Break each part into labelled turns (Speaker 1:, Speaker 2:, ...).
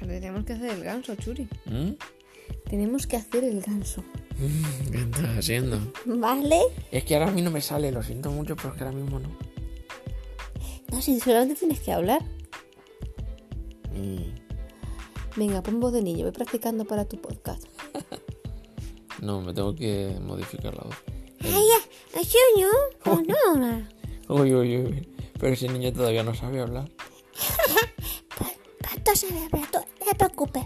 Speaker 1: Tenemos que hacer el ganso, Churi.
Speaker 2: ¿Mm?
Speaker 1: Tenemos que hacer el ganso.
Speaker 2: ¿Qué estás haciendo?
Speaker 1: ¿Vale?
Speaker 2: Es que ahora a mí no me sale, lo siento mucho, pero es que ahora mismo no.
Speaker 1: No, si solamente tienes que hablar.
Speaker 2: Mm,
Speaker 1: Venga, pon voz de niño, ve practicando para tu podcast.
Speaker 2: No, me tengo que modificar la voz.
Speaker 1: ¡Ay, así no! ¡Pues no!
Speaker 2: Uy, uy, uy. Pero ese niño todavía no sabe hablar.
Speaker 1: Pato se tú no te preocupes.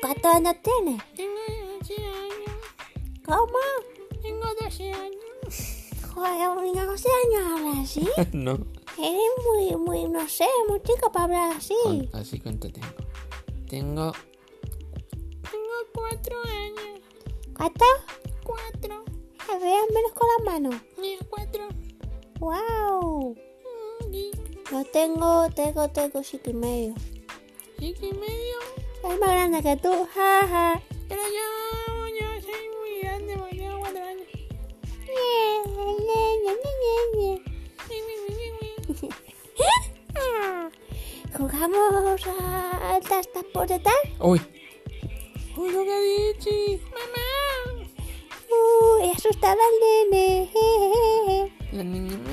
Speaker 1: ¿Cuántos años tienes? ¿Cómo?
Speaker 3: Tengo 12 años.
Speaker 1: Joder, un niño no sé años habla así.
Speaker 2: no.
Speaker 1: Eres muy, muy, no sé, muy chico para hablar así.
Speaker 2: Con- Así cuánto tengo. Tengo
Speaker 3: Tengo 4 años.
Speaker 1: ¿Cuánto?
Speaker 3: 4.
Speaker 1: A ver, al menos con las manos.
Speaker 3: 4.
Speaker 1: ¡Wow!
Speaker 3: Y
Speaker 1: Yo tengo, tengo, tengo cinco y medio.
Speaker 3: 5 y medio.
Speaker 1: Soy más grande que tú, jaja.
Speaker 3: Pero yo, yo soy muy grande porque tengo 4 años.
Speaker 1: ¿Jugamos a altas por detrás?
Speaker 2: Uy,
Speaker 3: ¡Uno que dichi! ¡Mamá!
Speaker 1: Uy, asustada al nene.
Speaker 2: la niña me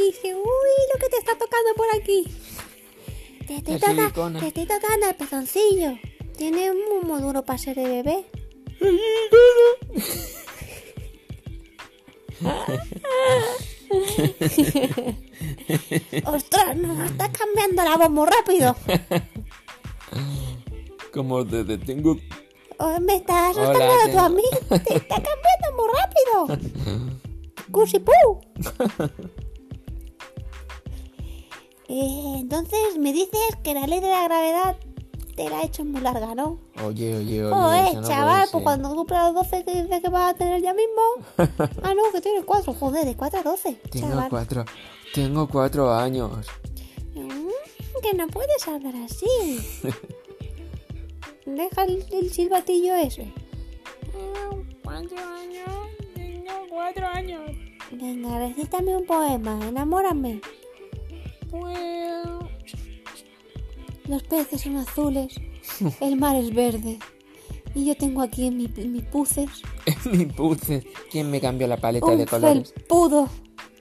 Speaker 1: Dije, uy, lo que te está tocando por aquí. Te estoy,
Speaker 2: La
Speaker 1: toca-
Speaker 2: silicona.
Speaker 1: te estoy tocando el pezoncillo. Tiene un muy duro para ser de bebé. ¡Ostras, nos está cambiando la voz muy rápido!
Speaker 2: Como te detengo.
Speaker 1: Oh, me estás
Speaker 2: Hola,
Speaker 1: asustando tú
Speaker 2: tengo-
Speaker 1: a mí. Te está cambiando muy rápido. Cusipú. Eh, entonces me dices que la ley de la gravedad te la ha hecho muy larga, ¿no?
Speaker 2: Oye, oye, oye.
Speaker 1: Joder,
Speaker 2: eso Pues no
Speaker 1: chaval,
Speaker 2: puede
Speaker 1: pues
Speaker 2: ser.
Speaker 1: cuando cumpla los 12 que dices que vas a tener ya mismo. Ah, no, que tiene 4, joder, de 4 a 12.
Speaker 2: Tengo
Speaker 1: chaval.
Speaker 2: cuatro. Tengo cuatro años.
Speaker 1: Mm, que no puedes hablar así. Deja el, el silbatillo ese.
Speaker 3: Tengo 4 años. Tengo 4 años.
Speaker 1: Venga, recítame un poema, enamórame.
Speaker 3: Pues.
Speaker 1: Los peces son azules, el mar es verde. Y yo tengo aquí en mi, en mi puces
Speaker 2: Es mi puce. ¿Quién me cambió la paleta
Speaker 1: un
Speaker 2: de colores?
Speaker 1: felpudo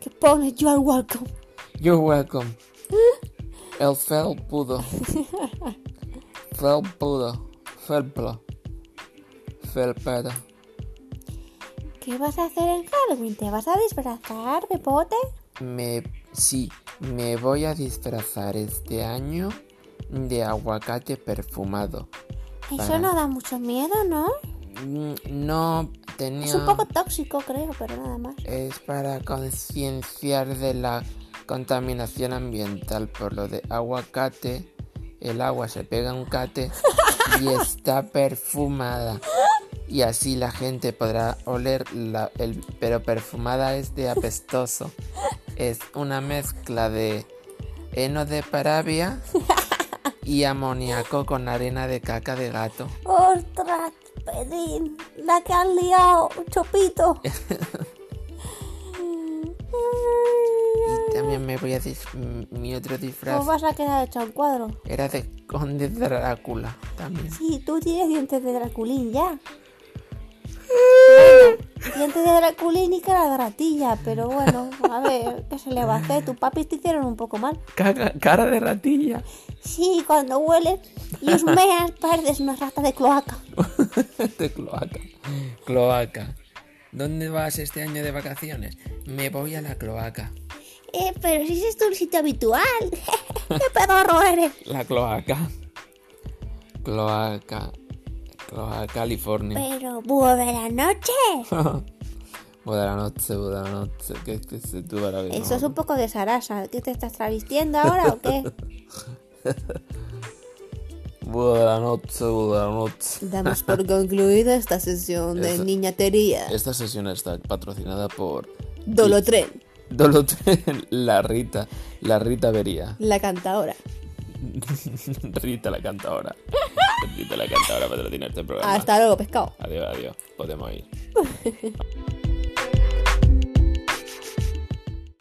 Speaker 1: que pone You are welcome.
Speaker 2: You're welcome. El felpudo. Felpudo. Felplo. Felpedo.
Speaker 1: ¿Qué vas a hacer en Halloween? ¿Te vas a disfrazar, Pepote?
Speaker 2: Me. Sí, me voy a disfrazar este año de aguacate perfumado.
Speaker 1: Eso
Speaker 2: Para.
Speaker 1: no da mucho miedo, ¿no?
Speaker 2: Mm, No tenía.
Speaker 1: Es un poco tóxico, creo, pero nada más.
Speaker 2: es para concienciar de la contaminación ambiental por lo de aguacate. El agua se pega un cate y está perfumada. Y así la gente podrá oler la- el pero perfumada es de apestoso. Es una mezcla de heno de parabia y amoníaco con arena de caca de gato.
Speaker 1: ¡Ostras, Pedín! La que han liado, Chopito. Pues
Speaker 2: Y también me voy a dis- mi otro disfraz
Speaker 1: ¿Cómo vas a quedar hecho un cuadro?
Speaker 2: Era de Conde Drácula también.
Speaker 1: Sí, tú tienes dientes de Draculín ya. Bueno, dientes de Draculín y cara de ratilla, pero bueno, a ver, ¿qué se le va a hacer? Tus papis te hicieron un poco mal.
Speaker 2: cara de ratilla.
Speaker 1: Sí, cuando hueles y os meas, perdes una rata de cloaca.
Speaker 2: de cloaca. Cloaca. ¿Dónde vas este año de vacaciones? Me voy a la cloaca.
Speaker 1: Eh, pero si es tu sitio habitual. ¡Qué pedorro eres!
Speaker 2: La cloaca. Cloaca. Cloaca, California.
Speaker 1: Pero búho de la noche.
Speaker 2: Buena noche, buena noche. ¿Qué, qué se tú para mí,
Speaker 1: Eso es
Speaker 2: no?
Speaker 1: un poco de Sarasa. ¿Qué te estás travestiendo ahora o qué?
Speaker 2: Buena noche, buena noche.
Speaker 1: Damos por concluida esta sesión
Speaker 2: de Eso-
Speaker 1: niñatería.
Speaker 2: Esta sesión está patrocinada por
Speaker 1: Dolotren,
Speaker 2: Dolotren, la Rita, la Rita Vería.
Speaker 1: la cantadora.
Speaker 2: Rita la cantadora. Rita la cantadora patrocina este programa.
Speaker 1: Hasta luego, pescado.
Speaker 2: Adiós, adiós. Podemos ir.